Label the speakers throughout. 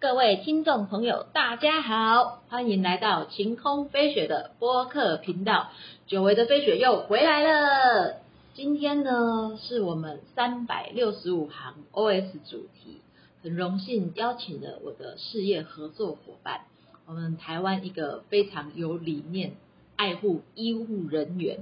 Speaker 1: 各位听众朋友，大家好，欢迎来到晴空飞雪的播客频道。久违的飞雪又回来了。今天呢，是我们三百六十五行 OS 主题，很荣幸邀请了我的事业合作伙伴，我们台湾一个非常有理念、爱护医护人员，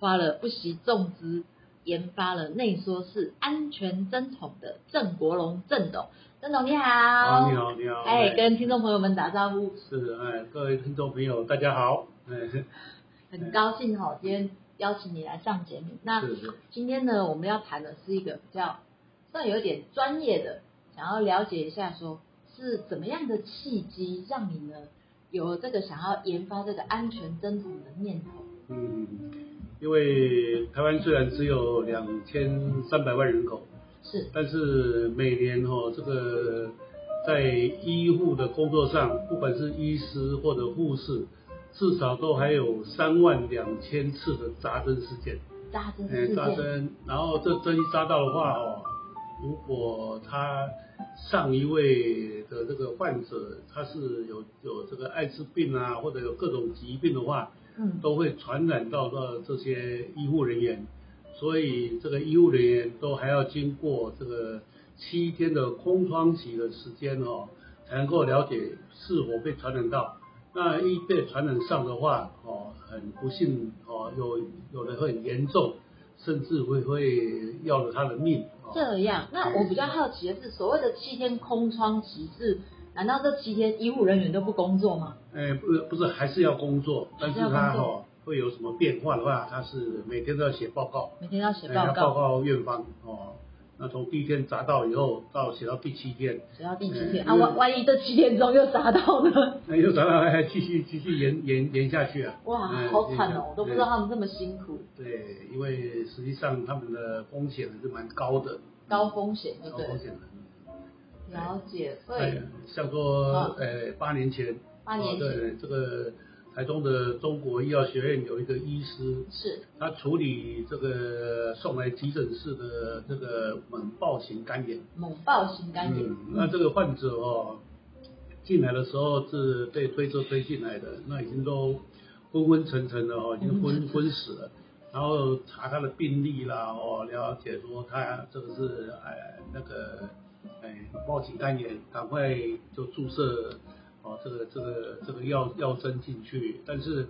Speaker 1: 花了不惜重资研发了内缩式安全针筒的郑国龙郑董。郑董你好，
Speaker 2: 好，哦啊你好，你好。
Speaker 1: 哎，跟听众朋友们打招呼，
Speaker 2: 是哎，各位听众朋友，大家好。 哎，
Speaker 1: 很高兴哈、今天邀请你来上节目。那
Speaker 2: 是是，
Speaker 1: 今天呢，我们要谈的是一个比较算有点专业的，想要了解一下说是怎么样的契机让你呢有这个想要研发这个安全针筒的念头？
Speaker 2: 嗯，因为台湾虽然只有两千三百万人口，
Speaker 1: 是
Speaker 2: 但是每年哦，这个在医护的工作上，不管是医师或者护士，至少都还有三万两千次的扎针事件。
Speaker 1: 扎针
Speaker 2: 哎，
Speaker 1: 事
Speaker 2: 扎
Speaker 1: 件，
Speaker 2: 针，然后这针一扎到的话哦，如果他上一位的这个患者他是有有这个艾滋病啊，或者有各种疾病的话，
Speaker 1: 嗯，
Speaker 2: 都会传染到到这些医护人员，所以这个医护人员都还要经过这个七天的空窗期的时间哦，才能够了解是否被传染到。那一被传染上的话，哦，很不幸哦，有有的会很严重，甚至会会要了他的命。哦、
Speaker 1: 这样。那我比较好奇的是，所谓的七天空窗期是，难道这七天医护人员都不工作吗？
Speaker 2: 哎，不是不是，还是要工作，但是
Speaker 1: 还
Speaker 2: 他
Speaker 1: 是要工作
Speaker 2: 哦会有什么变化的话，他是每天都要写报告。
Speaker 1: 每天要写
Speaker 2: 哎
Speaker 1: 报
Speaker 2: 要
Speaker 1: 告，
Speaker 2: 告院方哦。那从第一天砸到以后，到写到第七天，
Speaker 1: 写到第七天
Speaker 2: 嗯
Speaker 1: 啊？
Speaker 2: 因为
Speaker 1: 万万一这七天中又扎到呢？
Speaker 2: 那哎又砸到还继续继续延延延下去 啊。
Speaker 1: 哇
Speaker 2: 嗯，
Speaker 1: 好惨哦！我都不知道。
Speaker 2: 延下
Speaker 1: 他们这么辛苦，
Speaker 2: 对，因为实际上他们的风险还是蛮高的，
Speaker 1: 高风险，对
Speaker 2: 高
Speaker 1: 不对
Speaker 2: 风？险的。
Speaker 1: 了解，所
Speaker 2: 哎
Speaker 1: 以，
Speaker 2: 像说
Speaker 1: 啊
Speaker 2: 呃八年前，
Speaker 1: 八年前
Speaker 2: 哦对这个台中的中国医药学院有一个医师，
Speaker 1: 是
Speaker 2: 他处理这个送来急诊室的这个猛暴型肝炎。
Speaker 1: 猛暴型肝炎，
Speaker 2: 嗯，那这个患者哦，进来的时候是被推车推进来的，那已经都昏昏沉沉的哦，已经昏昏死了。然后查他的病历啦，哦，了解说他这个是哎那个哎冒起肝炎，赶快就注射哦这个这个这个药药针进去，但是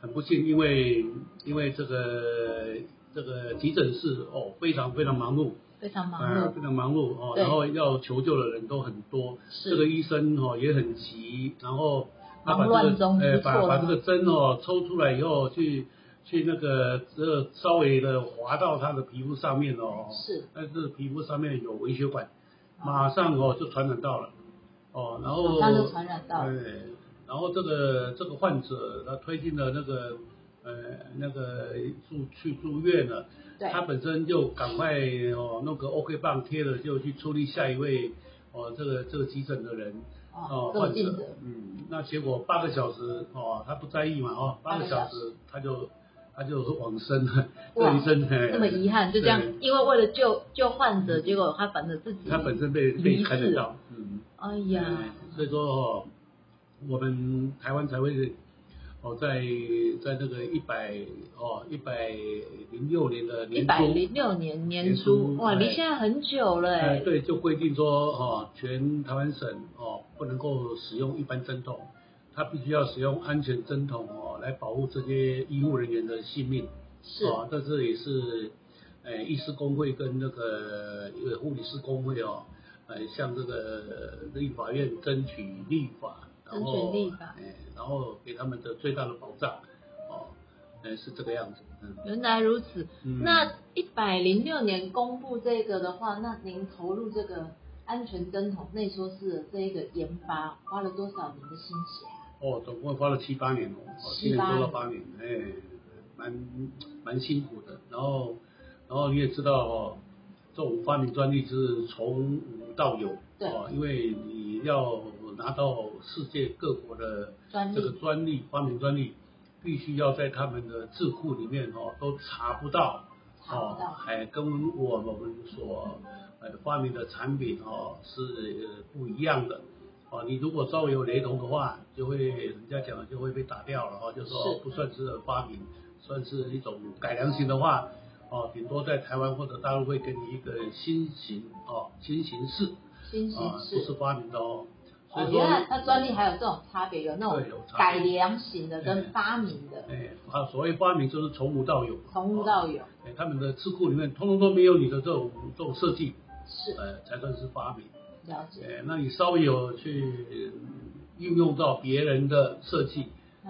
Speaker 2: 很不幸，因为因为这个这个急诊室哦非常非常忙碌，
Speaker 1: 非常忙
Speaker 2: 啊，
Speaker 1: 碌，
Speaker 2: 非常忙碌哦，
Speaker 1: 对
Speaker 2: 然后要求救的人都很多，
Speaker 1: 是
Speaker 2: 这个医生哦也很急，然后他
Speaker 1: 忙
Speaker 2: 把这
Speaker 1: 乱中
Speaker 2: 个
Speaker 1: 不
Speaker 2: 呃
Speaker 1: 错了
Speaker 2: 把
Speaker 1: 吗
Speaker 2: 把这个针哦抽出来以后去去那个呃稍微的划到他的皮肤上面哦，
Speaker 1: 是
Speaker 2: 但是皮肤上面有微血管，
Speaker 1: 哦
Speaker 2: 马上哦就传染到了，哦，然后
Speaker 1: 马上就传染到了，
Speaker 2: 对，然后这个这个患者他推进了那个呃那个住去住院了。
Speaker 1: 对，
Speaker 2: 他本身就赶快哦弄个 OK 棒贴了，就去处理下一位哦这个这个急诊的人
Speaker 1: 哦
Speaker 2: 哦，
Speaker 1: 这么
Speaker 2: 患
Speaker 1: 近
Speaker 2: 者
Speaker 1: 的，
Speaker 2: 嗯，那结果八个小时哦他不在意嘛哦八
Speaker 1: 八
Speaker 2: 个
Speaker 1: 个小
Speaker 2: 小时他就他就往生了，
Speaker 1: 哇
Speaker 2: 这一生哎
Speaker 1: 这么遗憾，就这样
Speaker 2: 对，嗯
Speaker 1: 因为为了救救患者，结果他反正自己，
Speaker 2: 他本身被
Speaker 1: 离
Speaker 2: 被
Speaker 1: 世
Speaker 2: 传染到，嗯，
Speaker 1: 哎呀，
Speaker 2: 对所以说哦我们台湾才会。哦，在在那个一百哦一百零六年的
Speaker 1: 一
Speaker 2: 年
Speaker 1: 百
Speaker 2: 初，
Speaker 1: 零六年年
Speaker 2: 年
Speaker 1: 初，
Speaker 2: 初
Speaker 1: 哇，
Speaker 2: 哎
Speaker 1: 离现在很久了
Speaker 2: 哎，
Speaker 1: 哎，
Speaker 2: 对，就规定说哦，全台湾省哦不能够使用一般针筒，它必须要使用安全针筒哦来保护这些医护人员的性命。
Speaker 1: 是
Speaker 2: 哦，但是也是，哎，医师工会跟那个呃护理师工会哦，哎，向这个立法院争取立法，然
Speaker 1: 争
Speaker 2: 后
Speaker 1: 取立法
Speaker 2: 哎，然后给他们的最大的保障。哦，哎，是这个样子。嗯
Speaker 1: 原来如此。
Speaker 2: 嗯。
Speaker 1: 那一百零六年公布这个的话，那您投入这个安全针筒内缩式的这一个研发，花了多少年的心血啊？
Speaker 2: 哦，总共花了七八年哦，哦
Speaker 1: 七
Speaker 2: 今年
Speaker 1: 八
Speaker 2: 做
Speaker 1: 年
Speaker 2: 到八年，哎，蛮蛮辛苦的。然后，然后你也知道哦，这种发明专利是从无到有，
Speaker 1: 对
Speaker 2: 哦，因为你要拿到世界各国的
Speaker 1: 专
Speaker 2: 这个哦
Speaker 1: 利
Speaker 2: 专利发明专利，必须要在他们的智库里面哦都查不到，
Speaker 1: 查不到
Speaker 2: 哦，哎，跟我们所呃发明的产品哦是呃不一样的。哦，你如果稍微有雷同的话，就会人家讲就会被打掉了哦，就说
Speaker 1: 是
Speaker 2: 不算是发明，算是一种改良型的话，哦，顶多在台湾或者大陆会给你一个新型哦新形式
Speaker 1: 新形
Speaker 2: 啊，不
Speaker 1: 式
Speaker 2: 是。发明的哦。所
Speaker 1: 哦，
Speaker 2: 以说，
Speaker 1: 原来那专利还有这种差别，有那种
Speaker 2: 对有差别
Speaker 1: 改良型的跟
Speaker 2: 嗯
Speaker 1: 发明的，
Speaker 2: 哎，啊，所谓发明就是从无到有，
Speaker 1: 从无到
Speaker 2: 有。
Speaker 1: 有，
Speaker 2: 哎，他们的智库里面通通都没有你的这种这种设计，
Speaker 1: 是
Speaker 2: 呃，才算是发明。
Speaker 1: 了解。
Speaker 2: 哎，那你稍微有去运用到别人的设计，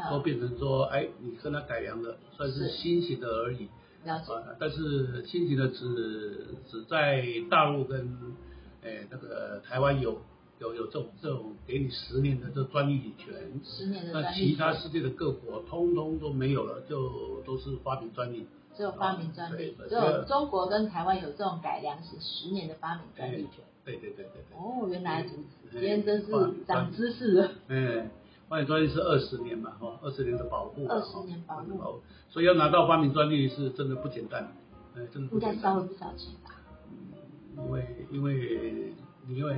Speaker 2: 都
Speaker 1: 嗯，
Speaker 2: 变成说，哎，你跟他改良的，算
Speaker 1: 是
Speaker 2: 是新型的而已。
Speaker 1: 了解。
Speaker 2: 啊，但是新型的只只在大陆跟，哎，那个台湾有有有这种这种给你十年的这专利权。
Speaker 1: 十年的
Speaker 2: 那
Speaker 1: 嗯专利
Speaker 2: 其他
Speaker 1: 权，
Speaker 2: 世界的各国通通都没有了，就都是发明专利。
Speaker 1: 只有发明专利，
Speaker 2: 对
Speaker 1: 只有中国跟台湾有这种改良型十年的发明专利权。
Speaker 2: 对对对对对。
Speaker 1: 哦，原来如此，
Speaker 2: 嗯
Speaker 1: 今天真
Speaker 2: 发明
Speaker 1: 是
Speaker 2: 专
Speaker 1: 长
Speaker 2: 利
Speaker 1: 知识了。
Speaker 2: 哎，发明专利是二十年嘛，哈，二十年的保护嘛，
Speaker 1: 20年保护
Speaker 2: 护，所以要拿到发明专利是真的不简单，哎，真的不
Speaker 1: 应该烧
Speaker 2: 简单，
Speaker 1: 了不少钱吧？
Speaker 2: 因为因为你因为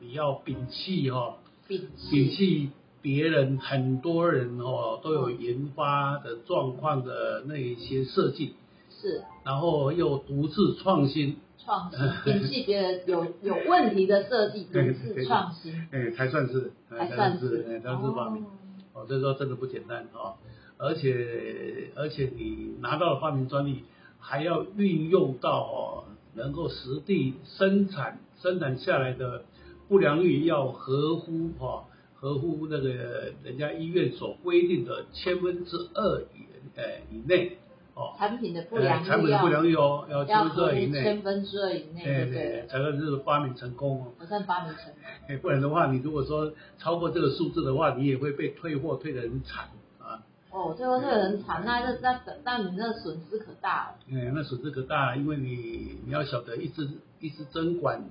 Speaker 2: 你要摒弃哈、
Speaker 1: 摒
Speaker 2: 摒
Speaker 1: 弃，
Speaker 2: 弃别人很多人哦都有研发的状况的那一些设计，
Speaker 1: 是
Speaker 2: 然后又独自创新，
Speaker 1: 创新，
Speaker 2: 呃
Speaker 1: 摒弃别人有有问题的设计，独
Speaker 2: 对
Speaker 1: 自
Speaker 2: 对
Speaker 1: 创新，
Speaker 2: 哎，才算是
Speaker 1: 还
Speaker 2: 哎
Speaker 1: 算
Speaker 2: 是哎
Speaker 1: 是
Speaker 2: 才算是发明。
Speaker 1: 哦
Speaker 2: 哦，所以说真的不简单哦。而且而且你拿到了发明专利，还要运用到哦，能够实地生产生产下来的不良率要合乎哦，合乎那个人家医院所规定的千分之二以呃以内哦，
Speaker 1: 产品的不良
Speaker 2: 呃产品的不良率哦，要
Speaker 1: 要
Speaker 2: 千分之
Speaker 1: 合
Speaker 2: 二以
Speaker 1: 于
Speaker 2: 内，
Speaker 1: 千分之二以内，
Speaker 2: 对
Speaker 1: 对
Speaker 2: 对
Speaker 1: 不
Speaker 2: 对
Speaker 1: 对，？
Speaker 2: 才算是发明成功哦。
Speaker 1: 我算发明成功，
Speaker 2: 哎，不然的话，你如果说超过这个数字的话，你也会被退货退得很惨啊。
Speaker 1: 哦，最后这个很惨，那那那那你那损失可大了，
Speaker 2: 哎，那损失可大，因为你你要晓得一支一支针管，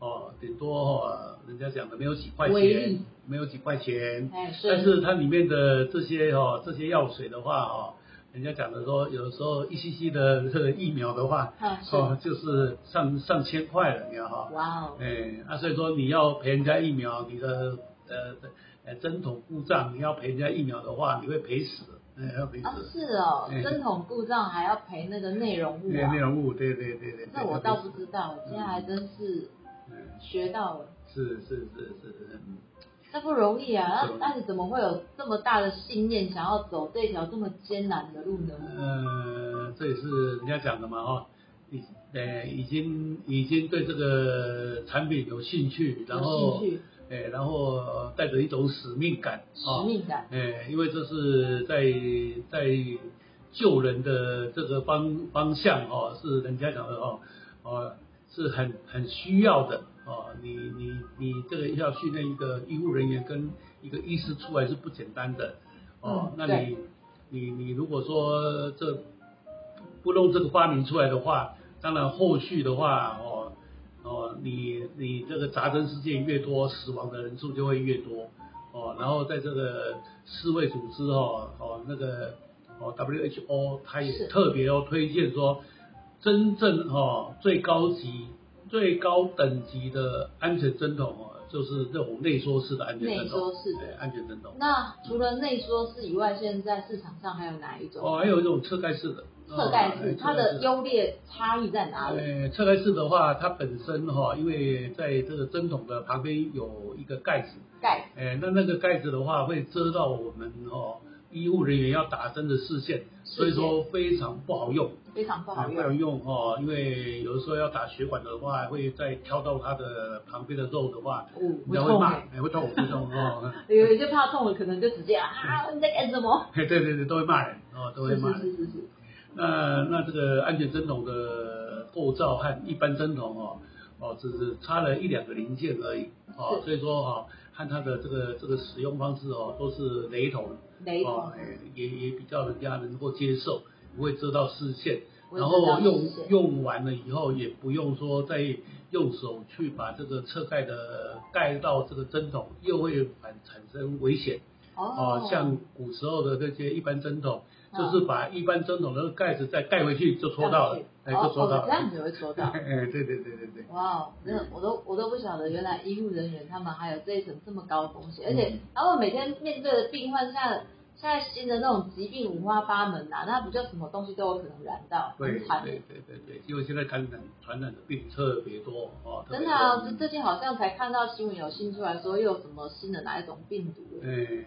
Speaker 2: 哦，顶多哦，人家讲的没有几块
Speaker 1: 微粒
Speaker 2: 钱，没有几块钱，
Speaker 1: 哎，
Speaker 2: 嗯但
Speaker 1: 是
Speaker 2: 是它里面的这些哦，这些药水的话哦，人家讲的说，有时候一 cc 的这个疫苗的话，
Speaker 1: 嗯是
Speaker 2: 哦，就是上上千块了，你要哈、
Speaker 1: 哇哦，
Speaker 2: 哎，啊，所以说你要赔人家疫苗，你的呃呃针筒故障，你要赔人家疫苗的话，你会赔死，哎，要赔死。
Speaker 1: 啊是哦，
Speaker 2: 哎
Speaker 1: 针筒故障还要赔那个内容物
Speaker 2: 对，
Speaker 1: 啊
Speaker 2: 内，容物，对对对对。
Speaker 1: 那我倒不知道，今天还真是
Speaker 2: 嗯，
Speaker 1: 学到了。
Speaker 2: 是是是是，嗯
Speaker 1: 那不容易啊！
Speaker 2: 不容易
Speaker 1: 那那你怎么会有这么大的信念，想要走这条这么艰难的路呢？
Speaker 2: 呃，这也是人家讲的嘛哈，已呃已经已经对这个产品有兴趣，然
Speaker 1: 有兴
Speaker 2: 后
Speaker 1: 趣、
Speaker 2: 哎，然后带着一种使命感啊
Speaker 1: 使，命感，
Speaker 2: 哎，因为这是在在救人的这个方方向哦，是人家讲的哦，哦是很很需要的哦。你你你这个要训练一个医护人员跟一个医师出来是不简单的哦。
Speaker 1: 嗯
Speaker 2: 那
Speaker 1: 对
Speaker 2: 你你你如果说这不弄这个发明出来的话，当然后续的话哦哦，你你这个杂症事件越多，死亡的人数就会越多。哦，然后在这个世卫组织哦哦那个哦 WHO，它
Speaker 1: 是
Speaker 2: 也特别哦推荐说，真正哦最高级最高等级的安全针筒哦，就是这种内缩式的安全针筒，
Speaker 1: 内缩式的
Speaker 2: 哎安全针筒。
Speaker 1: 那除了内缩式以外，现在市场上还有哪一种？
Speaker 2: 哦，还有一种侧盖式的，
Speaker 1: 侧盖式，
Speaker 2: 哦
Speaker 1: 它的优劣差异在哪里？
Speaker 2: 呃，侧盖式的话，它本身哈、因为在这个针筒的旁边有一个盖子，
Speaker 1: 盖
Speaker 2: 哎，那那个盖子的话会遮到我们哦医护人员要打针的视线，
Speaker 1: 视线
Speaker 2: 所以说非常不好用，
Speaker 1: 非常不好
Speaker 2: 不好
Speaker 1: 用，
Speaker 2: 用哦，因为有的时候要打血管的话，会再挑到它的旁边的肉的话，
Speaker 1: 哦，
Speaker 2: 人
Speaker 1: 不
Speaker 2: 家会
Speaker 1: 痛
Speaker 2: 骂
Speaker 1: 哎，，
Speaker 2: 哎，会痛，会痛 哦，
Speaker 1: 有一些怕痛的可能就直接啊，你在干什么？
Speaker 2: 嘿对对对，都会骂人哦，都会
Speaker 1: 是
Speaker 2: 骂
Speaker 1: 是
Speaker 2: 人。
Speaker 1: 是是是，
Speaker 2: 那那这个安全针筒的构造和一般针筒哦，哦，只是差了一两个零件而已哦，
Speaker 1: 是
Speaker 2: 所以说哦，和它的这个这个使用方式哦，都是雷同。
Speaker 1: 雷同，，
Speaker 2: 哦哎也也比较人家能够接受，不会遮到视线，
Speaker 1: 不会
Speaker 2: 然
Speaker 1: 遮到
Speaker 2: 后
Speaker 1: 视
Speaker 2: 用
Speaker 1: 线
Speaker 2: 用完了以后也不用说再用手去把这个侧盖的盖到这个针筒，又会反产生危险
Speaker 1: 哦，
Speaker 2: 啊
Speaker 1: 嗯
Speaker 2: 像古时候的这些一般针筒，就是把一般针筒的盖子再盖回去就戳到了，哎，
Speaker 1: 哦
Speaker 2: 就戳到
Speaker 1: 哦，这样
Speaker 2: 了。
Speaker 1: 子会戳到。
Speaker 2: 哎，对对对对对，
Speaker 1: 哇，哦那我都我都不晓得，原来医护人员他们还有这一层这么高的风
Speaker 2: 嗯
Speaker 1: 险，而且他们每天面对的病患，现在现在新的那种疾病五花八门呐、那不就什么东西都有可能染到，
Speaker 2: 对
Speaker 1: 很惨。
Speaker 2: 对对对对，因为现在感染传染的病特别多哦，特
Speaker 1: 真
Speaker 2: 别
Speaker 1: 的、
Speaker 2: 多
Speaker 1: 啊，这最近好像才看到新闻有新出来说又有什么新的哪一种病毒。
Speaker 2: 哎，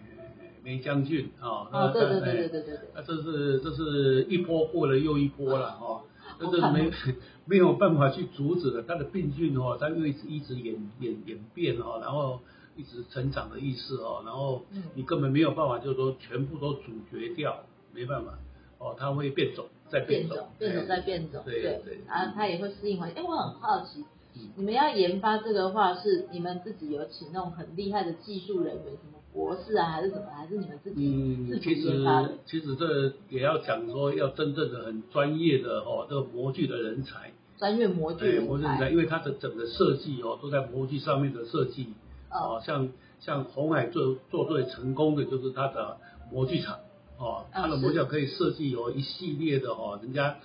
Speaker 2: 梅将军哦，那
Speaker 1: 哦，对对对
Speaker 2: 哎
Speaker 1: 对对对对，
Speaker 2: 啊，这是这是一波过了又一波了哦，这
Speaker 1: 好
Speaker 2: 是
Speaker 1: 惨
Speaker 2: 没 没有办法去阻止的，它的病菌哦，它又一直一直演演演变哦，然后一直成长的意思哦，然后
Speaker 1: 嗯
Speaker 2: 你根本没有办法，就是说全部都阻绝掉，没办法哦，它会变种再
Speaker 1: 变
Speaker 2: 种
Speaker 1: 种，变种
Speaker 2: 哎
Speaker 1: 再变种，
Speaker 2: 对
Speaker 1: 对
Speaker 2: 对，
Speaker 1: 然后它也会适应环境。哎，我很好奇
Speaker 2: 嗯，
Speaker 1: 你们要研发这个话是你们自己有请那种很厉害的技术人员，什么博士啊，还是什么，还是你们自己自
Speaker 2: 嗯，
Speaker 1: 主研
Speaker 2: 其实
Speaker 1: 发的？
Speaker 2: 其实这也要讲说，要真正的很专业的哦，这个模具的人才，
Speaker 1: 专业模具
Speaker 2: 哎对，模具
Speaker 1: 人
Speaker 2: 人才，
Speaker 1: 才，
Speaker 2: 因为它的整个设计哦，都在模具上面的设计，
Speaker 1: 哦，
Speaker 2: 哦，像像红海做做最成功的就是它的模具厂，哦，它的
Speaker 1: 是
Speaker 2: 模具厂可以设计有一系列的哦，人家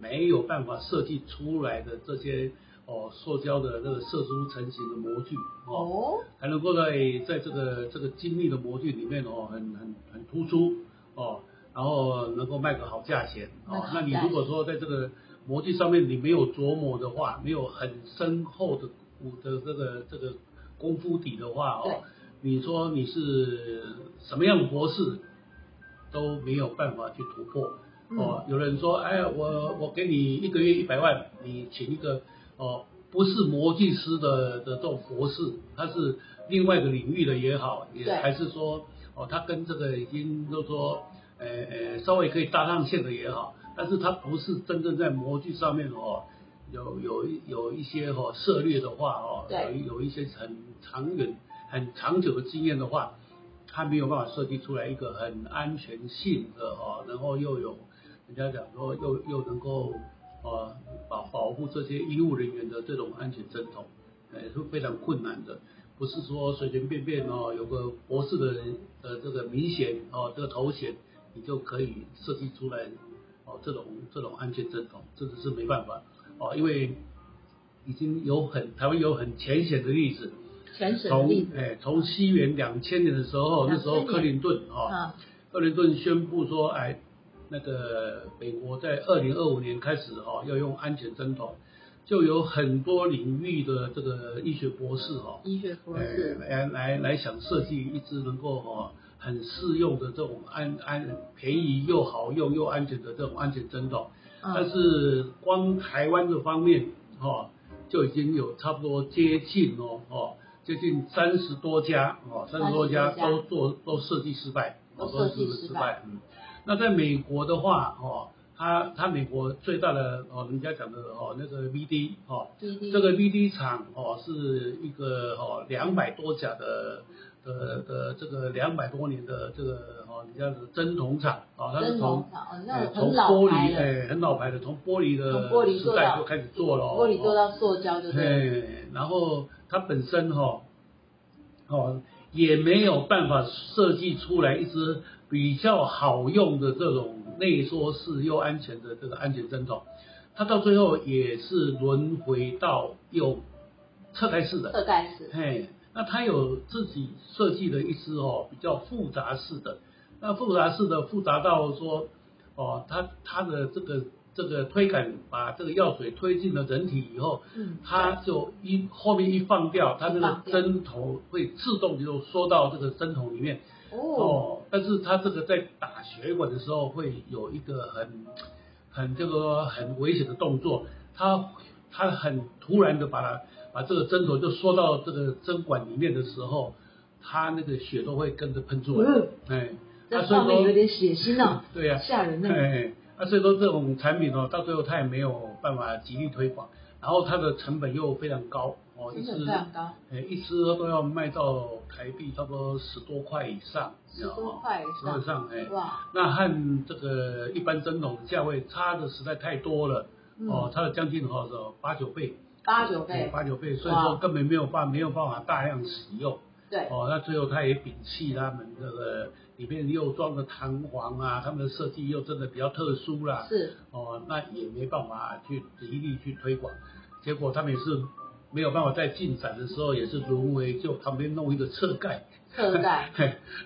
Speaker 2: 没有办法设计出来的这些哦塑胶的那个射出成型的模具，哦，
Speaker 1: 哦，
Speaker 2: 才能够在在这个这个精密的模具里面哦，很很很突出哦，然后能够卖个好价钱
Speaker 1: 卖
Speaker 2: 哦
Speaker 1: 个。好
Speaker 2: 那你
Speaker 1: 价
Speaker 2: 如果说在这个模具上面你没有琢磨的话，没有很深厚的骨的这个这个功夫底的话
Speaker 1: 对
Speaker 2: 哦，你说你是什么样的博士都没有办法去突破。
Speaker 1: 嗯
Speaker 2: 哦，有人说，哎，我我给你一个月一百万，你请一个哦，不是模技师的的这种博士，他是另外一个领域的也好，也
Speaker 1: 对
Speaker 2: 还是说哦，他跟这个已经就是说，呃呃，稍微可以搭上线的也好，但是他不是真正在模具上面哦。有有一有一些哦涉猎的话哦，有
Speaker 1: 对
Speaker 2: 一有一些很长远、很长久的经验的话，他没有办法设计出来一个很安全性的哦，然后又有人家讲说又又能够呃保保护这些医务人员的这种安全针头，呃是非常困难的，不是说随随便便哦有个博士的人的这个明显哦这个头衔，你就可以设计出来哦这种这种安全针头，这个是没办法哦，因为已经有很台湾有很浅显的例子。
Speaker 1: 全省的
Speaker 2: 从
Speaker 1: 例子，
Speaker 2: 哎，从西元两千年的时候，那时候
Speaker 1: 2000年
Speaker 2: 克林顿哦，
Speaker 1: 啊，
Speaker 2: 克林顿宣布说，哎，那个美国在二零二五年开始哦，要用安全针筒，就有很多领域的这个医学博士哦，
Speaker 1: 医学博
Speaker 2: 哎
Speaker 1: 士，
Speaker 2: 来来来想设计一支能够哦很适用的这种安安便宜又好用又安全的这种安全针筒，但
Speaker 1: 嗯，
Speaker 2: 是光台湾的方面，哦，就已经有差不多接近哦，哦，接近三十多家，哦，三十多家
Speaker 1: 30多家
Speaker 2: 都做都设计失败，
Speaker 1: 都
Speaker 2: 哦
Speaker 1: 设计
Speaker 2: 失
Speaker 1: 失败
Speaker 2: 败，嗯。那在美国的话，哦，它它美国最大的哦，人家讲的哦，那个 VD 哦，
Speaker 1: 滴滴
Speaker 2: 这个 VD 厂哦是一个哦两百多家的的的这个两百多年的这个哦，人家的针筒厂哦，它是
Speaker 1: 真
Speaker 2: 从
Speaker 1: 农场，哦，那
Speaker 2: 哎
Speaker 1: 种
Speaker 2: 从
Speaker 1: 很老
Speaker 2: 玻
Speaker 1: 牌
Speaker 2: 璃，
Speaker 1: 的，
Speaker 2: 哎，很老牌的，从玻璃的
Speaker 1: 从玻璃
Speaker 2: 时
Speaker 1: 做
Speaker 2: 代
Speaker 1: 到
Speaker 2: 就开始做了哦，
Speaker 1: 玻璃做
Speaker 2: 哦，
Speaker 1: 到塑胶，对不对？
Speaker 2: 哎，然后它本身哈、哦，哦，也没有办法设计出来一支比较好用的这种内缩式又安全的这个安全针筒，它到最后也是轮回到用侧盖式的，
Speaker 1: 侧盖式，
Speaker 2: 嘿，那他有自己设计的一支哦，比较复杂式的。那复杂式的复杂到说，哦，他他的这个这个推杆把这个药水推进了人体以后，
Speaker 1: 嗯，
Speaker 2: 它就一后面一放掉，它那
Speaker 1: 放
Speaker 2: 个
Speaker 1: 掉
Speaker 2: 针头会自动就缩到这个针筒里面。
Speaker 1: 哦，
Speaker 2: 哦，但是它这个在打血管的时候会有一个很很这个很危险的动作，它它很突然的把它把这个针头就缩到这个针管里面的时候，它那个血都会跟着喷出来。
Speaker 1: 嗯
Speaker 2: 哎，啊，
Speaker 1: 这
Speaker 2: 所
Speaker 1: 画面有
Speaker 2: 以
Speaker 1: 点血腥哦
Speaker 2: 说，，对啊呀、
Speaker 1: 吓人呢。
Speaker 2: 哎，啊，所以说这种产品哦，到最后它也没有办法极力推广，然后它的成本又非常高哦，一
Speaker 1: 成本
Speaker 2: 支
Speaker 1: 非常高，
Speaker 2: 哎一支都要卖到台币差不多十多块以上，你知
Speaker 1: 十
Speaker 2: 道
Speaker 1: 多
Speaker 2: 吗？
Speaker 1: 块以
Speaker 2: 十万
Speaker 1: 上，
Speaker 2: 上哎，
Speaker 1: 哇，
Speaker 2: 那和这个一般针筒的价位差的实在太多了、
Speaker 1: 嗯，
Speaker 2: 哦，差了将近好是八九倍，
Speaker 1: 八九
Speaker 2: 哎
Speaker 1: 倍，
Speaker 2: 八九倍，所以
Speaker 1: 哇
Speaker 2: 说根本没有办没有办法大量使用
Speaker 1: 对，
Speaker 2: 哦，那最后他也摒弃他们这个里面又装了弹簧啊，他们的设计又真的比较特殊啦，
Speaker 1: 是
Speaker 2: 哦，那也没办法去极力去推广，结果他们也是没有办法在进展的时候也是沦为就旁边弄一个侧盖，
Speaker 1: 特在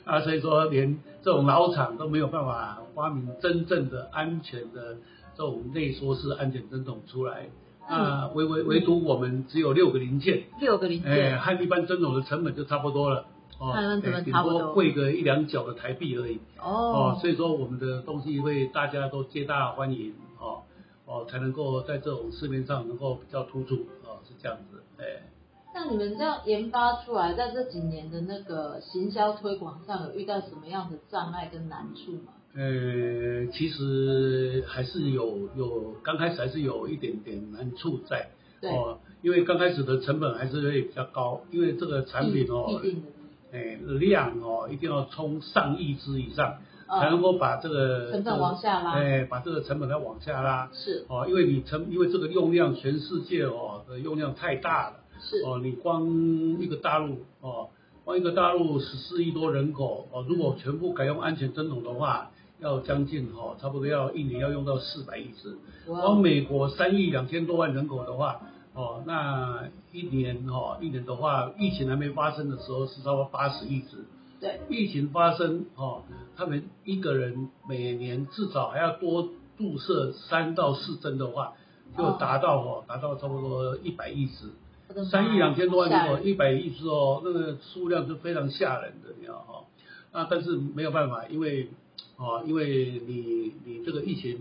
Speaker 2: 啊，所以说连这种老厂都没有办法发明真正的安全的这种内缩式安全针筒出来，那唯唯唯独我们只有 六个零件，
Speaker 1: 六个零
Speaker 2: 哎，
Speaker 1: 件，
Speaker 2: 和一般针筒的成本就差不多了。哦，
Speaker 1: 和一般成本
Speaker 2: 哎顶
Speaker 1: 差不多
Speaker 2: 多贵个一两角的台币而已。哦
Speaker 1: 哦，，
Speaker 2: 所以说我们的东西会大家都皆大欢迎哦哦，才能够在这种市面上能够比较突出哦，是这样子，哎，
Speaker 1: 那你们这样研发出来，在这几年的那个行销推广上，有遇到什么样的障碍跟难处吗？
Speaker 2: 呃，其实还是有有刚开始还是有一点点难处在
Speaker 1: 对，
Speaker 2: 哦，因为刚开始的成本还是会比较高，因为这个产品
Speaker 1: 必
Speaker 2: 哦，
Speaker 1: 必定的，
Speaker 2: 哎量哦一定要冲上亿只以上，才能
Speaker 1: 嗯，
Speaker 2: 够把这个
Speaker 1: 成本往下拉，
Speaker 2: 哎把这个成本再往下拉。
Speaker 1: 是
Speaker 2: 哦，因为你成，因为这个用量全世界哦的用量太大了，
Speaker 1: 是，
Speaker 2: 哦，你光一个大陆哦，光一个大陆十四亿多人口哦，如果全部改用安全针筒的话，要将近哦，差不多要一年要用到四百亿只。
Speaker 1: 哇
Speaker 2: 光美国三亿两千多万人口的话，哦，那一年哦，一年的话，疫情还没发生的时候是差不多八十亿只。
Speaker 1: 对，
Speaker 2: 疫情发生哦，他们一个人每年至少还要多注射三到四针的话，就达到哦，达到差不多一百亿只，
Speaker 1: 我的妈
Speaker 2: 三亿两千多万
Speaker 1: 吓
Speaker 2: 人口，
Speaker 1: 人
Speaker 2: 一百亿只哦，那个数量是非常吓人的，你知道哦。那但是没有办法，因为哦，因为你你这个疫情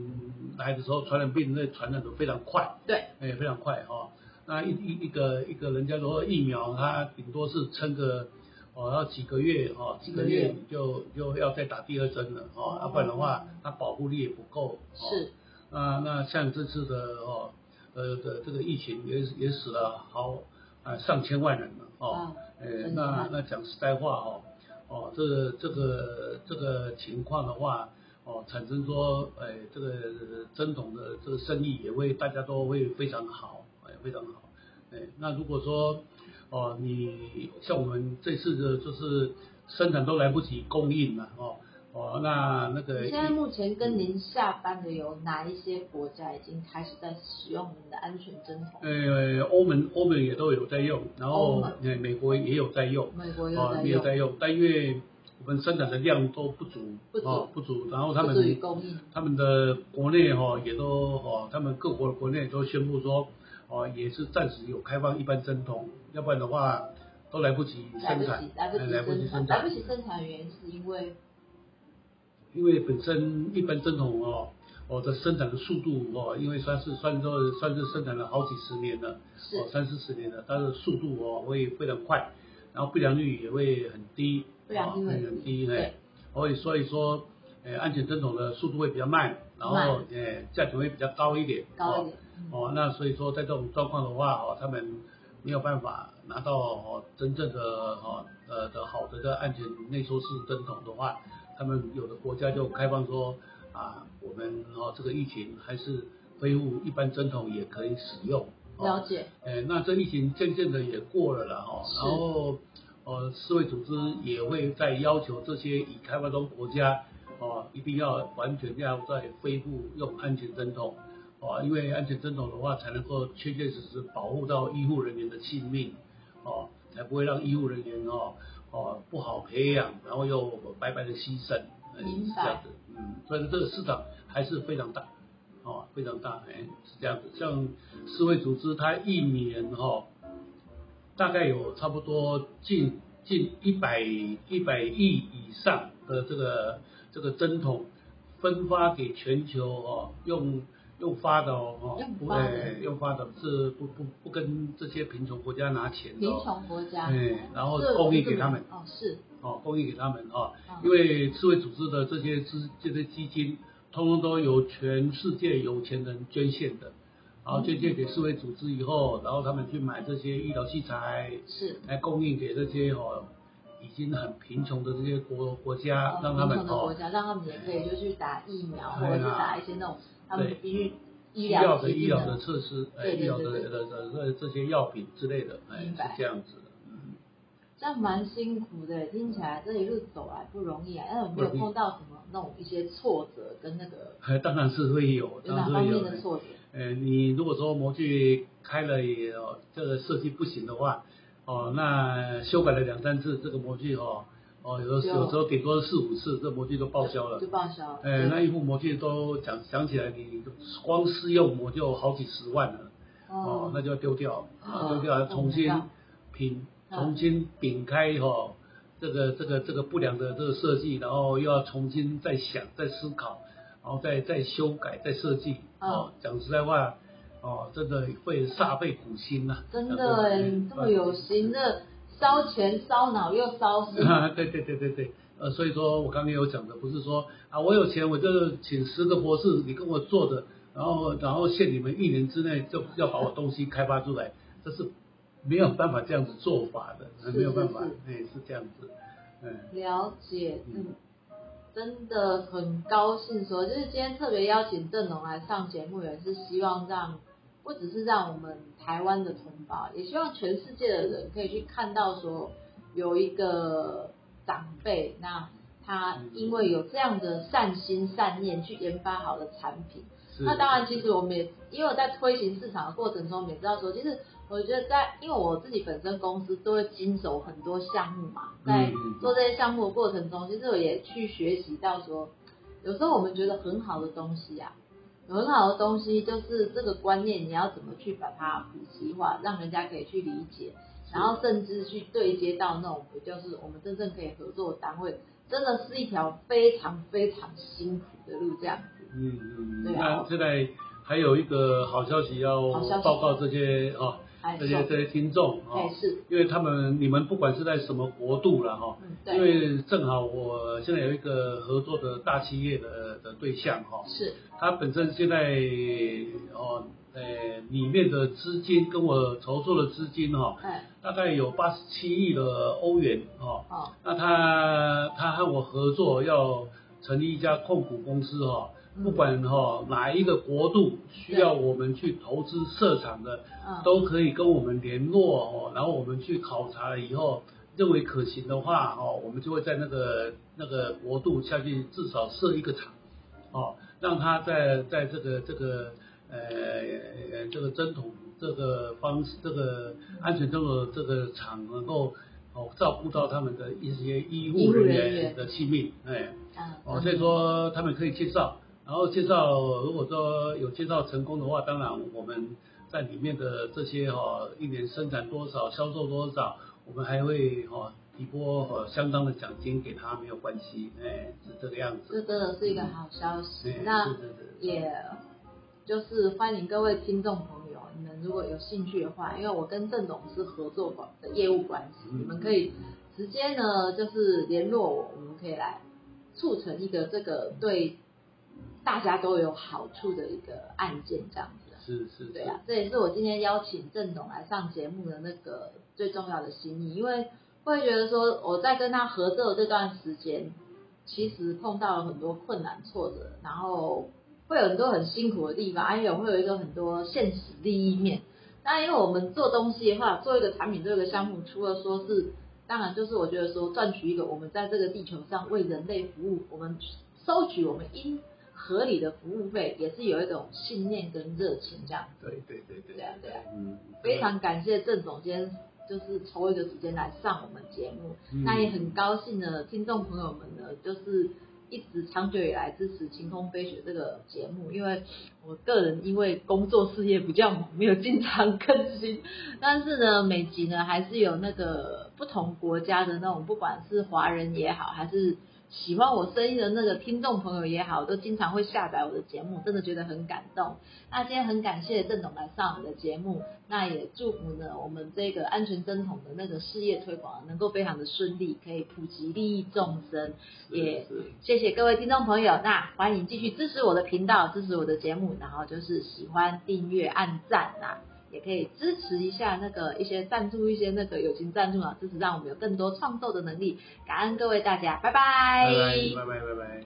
Speaker 2: 来的时候，传染病那传染的非常快，
Speaker 1: 对，
Speaker 2: 哎，非常快哈、哦。那一一一个一个人家说疫苗，它顶多是撑个哦，要几个月哦，几个
Speaker 1: 几个月
Speaker 2: 月你就就要再打第二针了哦，要、不然的话，它保护力也不够。哦、。
Speaker 1: 是
Speaker 2: 那那像这次的哦，呃的这个疫情也也死了好啊上千万人了哦。
Speaker 1: 啊，
Speaker 2: 呃，
Speaker 1: 真的
Speaker 2: 那那讲实在话哦，哦，这个这个这个情况的话，哦，产生说，哎、这个针筒的这个生意也会大家都会非常好，哎、非常好，哎、那如果说，哦，你像我们这次的就是生产都来不及供应了，哦，哦，那那个
Speaker 1: 你现在目前跟您下班的有哪一些国家已经开始在使用你们的安全针筒？
Speaker 2: 呃，欧盟欧盟也都有在用，然
Speaker 1: 欧
Speaker 2: 后
Speaker 1: 盟
Speaker 2: 呃美国也有在用。
Speaker 1: 美国有
Speaker 2: 哦
Speaker 1: 在，
Speaker 2: 也有
Speaker 1: 用，
Speaker 2: 在用，但因为我们生产的量都不足，
Speaker 1: 不足
Speaker 2: 哦、不足，然后他
Speaker 1: 不至于
Speaker 2: 们
Speaker 1: 供应，
Speaker 2: 他们的国内哈、哦、也都哦，他们各国的国内都宣布说哦，也是暂时有开放一般针筒，要不然的话都来不及
Speaker 1: 来不
Speaker 2: 生产
Speaker 1: 及，，来不
Speaker 2: 哎
Speaker 1: 及
Speaker 2: 来不及
Speaker 1: 生
Speaker 2: 生
Speaker 1: 产，来不
Speaker 2: 产，
Speaker 1: 及生产的原因是因为
Speaker 2: 因为本身一般针筒哦。我、哦、的生产的速度哦，因为算是算作算是生产了好几十年了，
Speaker 1: 是
Speaker 2: 哦三四十年了，它的速度哦会非常快，然后不良率也会很低，
Speaker 1: 不良率
Speaker 2: 哦
Speaker 1: 很
Speaker 2: 很低，哎
Speaker 1: 对，
Speaker 2: 所以所以说，呃，安全针筒的速度会比较慢，然后
Speaker 1: 慢
Speaker 2: 呃价钱会比较高一点，
Speaker 1: 高一
Speaker 2: 哦
Speaker 1: 点，嗯
Speaker 2: 哦，那所以说在这种状况的话，哦，他们没有办法拿到哦真正的哦呃的好的这个安全内收式针筒的话，他们有的国家就开放说啊，我们哦这个疫情还是恢复一般针筒也可以使用。哦
Speaker 1: 了解，
Speaker 2: 呃，那这疫情渐渐的也过了啦哈，
Speaker 1: 是
Speaker 2: 然后呃，世卫组织也会在要求这些已开发中国家哦、一定要完全要再恢复用安全针筒哦、因为安全针筒的话才能够确确实实保护到医护人员的性命哦、才不会让医护人员哦哦、不好培养，然后又白白的牺牲，呃
Speaker 1: 明
Speaker 2: 是
Speaker 1: 白
Speaker 2: 这样子，嗯，所以这个市场还是非常大。哦，非常大，哎，是这样子。像世卫组织，它一年哈、哦，大概有差不多近近一百一百亿以上的这个这个针筒分发给全球哦，用用发的哦，哦
Speaker 1: 用
Speaker 2: 不
Speaker 1: 发的
Speaker 2: 哎用发的是不不不跟这些贫穷国家拿钱的、
Speaker 1: 贫
Speaker 2: 哦，
Speaker 1: 穷国家，
Speaker 2: 哎，然后
Speaker 1: 这个
Speaker 2: 供应
Speaker 1: 这
Speaker 2: 给
Speaker 1: 个
Speaker 2: 他们，
Speaker 1: 哦，是，
Speaker 2: 哦，供应给他们哦，
Speaker 1: 嗯
Speaker 2: 因为世卫组织的这些资这些基金，通通都由全世界有钱人捐献的，然后捐献给世卫组织以后，然后他们去买这些医疗器材，
Speaker 1: 是
Speaker 2: 来供应给这些哦已经很贫穷的这些国国家，让他
Speaker 1: 贫
Speaker 2: 们
Speaker 1: 穷的国
Speaker 2: 哦
Speaker 1: 家，让他们也可以就去打疫苗，或
Speaker 2: 哎呀
Speaker 1: 者是打一些那种他们
Speaker 2: 对
Speaker 1: 必须医
Speaker 2: 需要
Speaker 1: 疗
Speaker 2: 的
Speaker 1: 疾
Speaker 2: 医
Speaker 1: 病
Speaker 2: 疗的设施，哎，
Speaker 1: 对对
Speaker 2: 医疗
Speaker 1: 对
Speaker 2: 的
Speaker 1: 对
Speaker 2: 的的的这些药品之类的，哎，
Speaker 1: 明
Speaker 2: 是
Speaker 1: 白
Speaker 2: 这样子的，嗯，
Speaker 1: 这样蛮辛苦的，听起来这一路走来不容易啊。那有没有碰到什么那种一些挫折跟那个
Speaker 2: 哎，当然是会有，
Speaker 1: 有
Speaker 2: 当
Speaker 1: 哪
Speaker 2: 然是
Speaker 1: 方
Speaker 2: 会
Speaker 1: 面
Speaker 2: 有
Speaker 1: 的
Speaker 2: 的。
Speaker 1: 挫折？
Speaker 2: 呃，你如果说模具开了也哦，这个设计不行的话，哦，那修改了两三次这个模具哦，哦，有时
Speaker 1: 就
Speaker 2: 候有时候顶多四五次，这模具都报销了
Speaker 1: 就。报销。
Speaker 2: 哎、那一副模具都讲想起来，你光试用我就好几十万了，哦，那就要丢掉，啊
Speaker 1: 哦
Speaker 2: 丢掉
Speaker 1: 我
Speaker 2: 重
Speaker 1: 知
Speaker 2: 新
Speaker 1: 道
Speaker 2: 品，
Speaker 1: 嗯
Speaker 2: 重新饼开哦，这个这个这个不良的这个设计，然后又要重新再想、再思考，然后再再修改、再设计，
Speaker 1: 嗯
Speaker 2: 哦，讲实在话，哦，真的会煞费苦心呐、
Speaker 1: 真的哎，你这么有心，这烧钱烧脑又烧心。
Speaker 2: 啊， 对对对对对，呃，所以说我刚刚有讲的，不是说啊，我有钱我就请十个博士，你跟我做的，然后然后限你们一年之内就要把我东西开发出来，这是没有办法这样子做法的，
Speaker 1: 是
Speaker 2: 没有办法
Speaker 1: 是是，
Speaker 2: 哎，是这样子，嗯，
Speaker 1: 了解，嗯
Speaker 2: 嗯，
Speaker 1: 真的很高兴说，就是今天特别邀请郑龙来上节目，也是希望让不只是让我们台湾的同胞，也希望全世界的人可以去看到说有一个长辈，那他因为有这样的善心善念去研发好的产品。
Speaker 2: 是。
Speaker 1: 那当然，其实我们也因为我在推行市场的过程中，我们也知道说，其实我觉得在因为我自己本身公司都会经手很多项目嘛，在
Speaker 2: 嗯
Speaker 1: 做这些项目的过程中，其实我也去学习到说，有时候我们觉得很好的东西啊，有很好的东西就是这个观念，你要怎么去把它普及化，让人家可以去理解，然后甚至去对接到那种，就是我们真正可以合作的单位，真的是一条非常非常辛苦的路，这样子。
Speaker 2: 嗯嗯，
Speaker 1: 对啊
Speaker 2: 那现在还有一个好消息要
Speaker 1: 好消息
Speaker 2: 报告这些哦，
Speaker 1: 哎
Speaker 2: 这些
Speaker 1: 手
Speaker 2: 这些听众
Speaker 1: 哎
Speaker 2: 哦，
Speaker 1: 是，
Speaker 2: 因为他们你们不管是在什么国度了哈，
Speaker 1: 嗯对，
Speaker 2: 因为正好我现在有一个合作的大企业的的对象哈、
Speaker 1: 是
Speaker 2: 他本身现在哦，呃，里面的资金跟我筹措的资金哈、
Speaker 1: 哎
Speaker 2: 大概有八十七亿的欧元哦。
Speaker 1: 哦
Speaker 2: 那他他和我合作要成立一家控股公司哈、
Speaker 1: 嗯
Speaker 2: 不管哈、哪一个国度需要我们去投资设厂的，
Speaker 1: 嗯
Speaker 2: 都可以跟我们联络哦，然后我们去考察了以后，认为可行的话哦，我们就会在那个那个国度下去至少设一个厂，哦，让他在在这个这个呃呃这个针筒这个方式这个安全这个这个厂能够哦照顾到他们的一些医
Speaker 1: 医护
Speaker 2: 护
Speaker 1: 人
Speaker 2: 人
Speaker 1: 员
Speaker 2: 员的性命，哎，
Speaker 1: 嗯
Speaker 2: 哦，所以说他们可以介绍，然后介绍如果说有介绍成功的话，当然我们在里面的这些哦，一年生产多少，销售多少，我们还会哦提拨哦相当的奖金给他，没有关系，哎，是这个样
Speaker 1: 嗯这
Speaker 2: 子。
Speaker 1: 真的是一个好消息
Speaker 2: 哎，，
Speaker 1: 那
Speaker 2: 是的是的
Speaker 1: 也就是欢迎各位听众朋友，你们如果有兴趣的话，因为我跟郑董是合作关的业务关系，
Speaker 2: 嗯
Speaker 1: 你们可以直接呢就是联络我，我们可以来促成一个这个对大家都有好处的一个案件这样子。
Speaker 2: 是是，
Speaker 1: 对啊，这也是我今天邀请郑总来上节目的那个最重要的心意，因为会觉得说我在跟他合作的这段时间，其实碰到了很多困难挫折，然后会有很多很辛苦的地方，还有会有一个很多现实利益面。那因为我们做东西的话，做一个产品、做一个项目，除了说是，当然就是我觉得说赚取一个我们在这个地球上为人类服务，我们收取我们应合理的服务费，也是有一种信念跟热情这样。
Speaker 2: 对对对对
Speaker 1: 对啊对啊，
Speaker 2: 嗯，
Speaker 1: 非常感谢郑总监，就是抽一个时间来上我们节目，
Speaker 2: 嗯
Speaker 1: 那也很高兴呢，听众朋友们呢，就是一直长久以来支持《晴空飞雪》这个节目，因为我个人因为工作事业比较忙，没有经常更新，但是呢，每集呢还是有那个不同国家的那种，不管是华人也好，还是喜欢我声音的那个听众朋友也好，都经常会下载我的节目，真的觉得很感动。那今天很感谢郑总来上我的节目，那也祝福呢我们这个安全针筒的那个事业推广啊能够非常的顺利，可以普及利益众生。
Speaker 2: 是
Speaker 1: 也
Speaker 2: 是
Speaker 1: 谢谢各位听众朋友，那欢迎继续支持我的频道，支持我的节目，然后就是喜欢、订阅、按赞啊，也可以支持一下那个一些赞助一些那个友情赞助啊，支持让我们有更多创作的能力。感恩各位大家，拜
Speaker 2: 拜拜拜拜拜拜。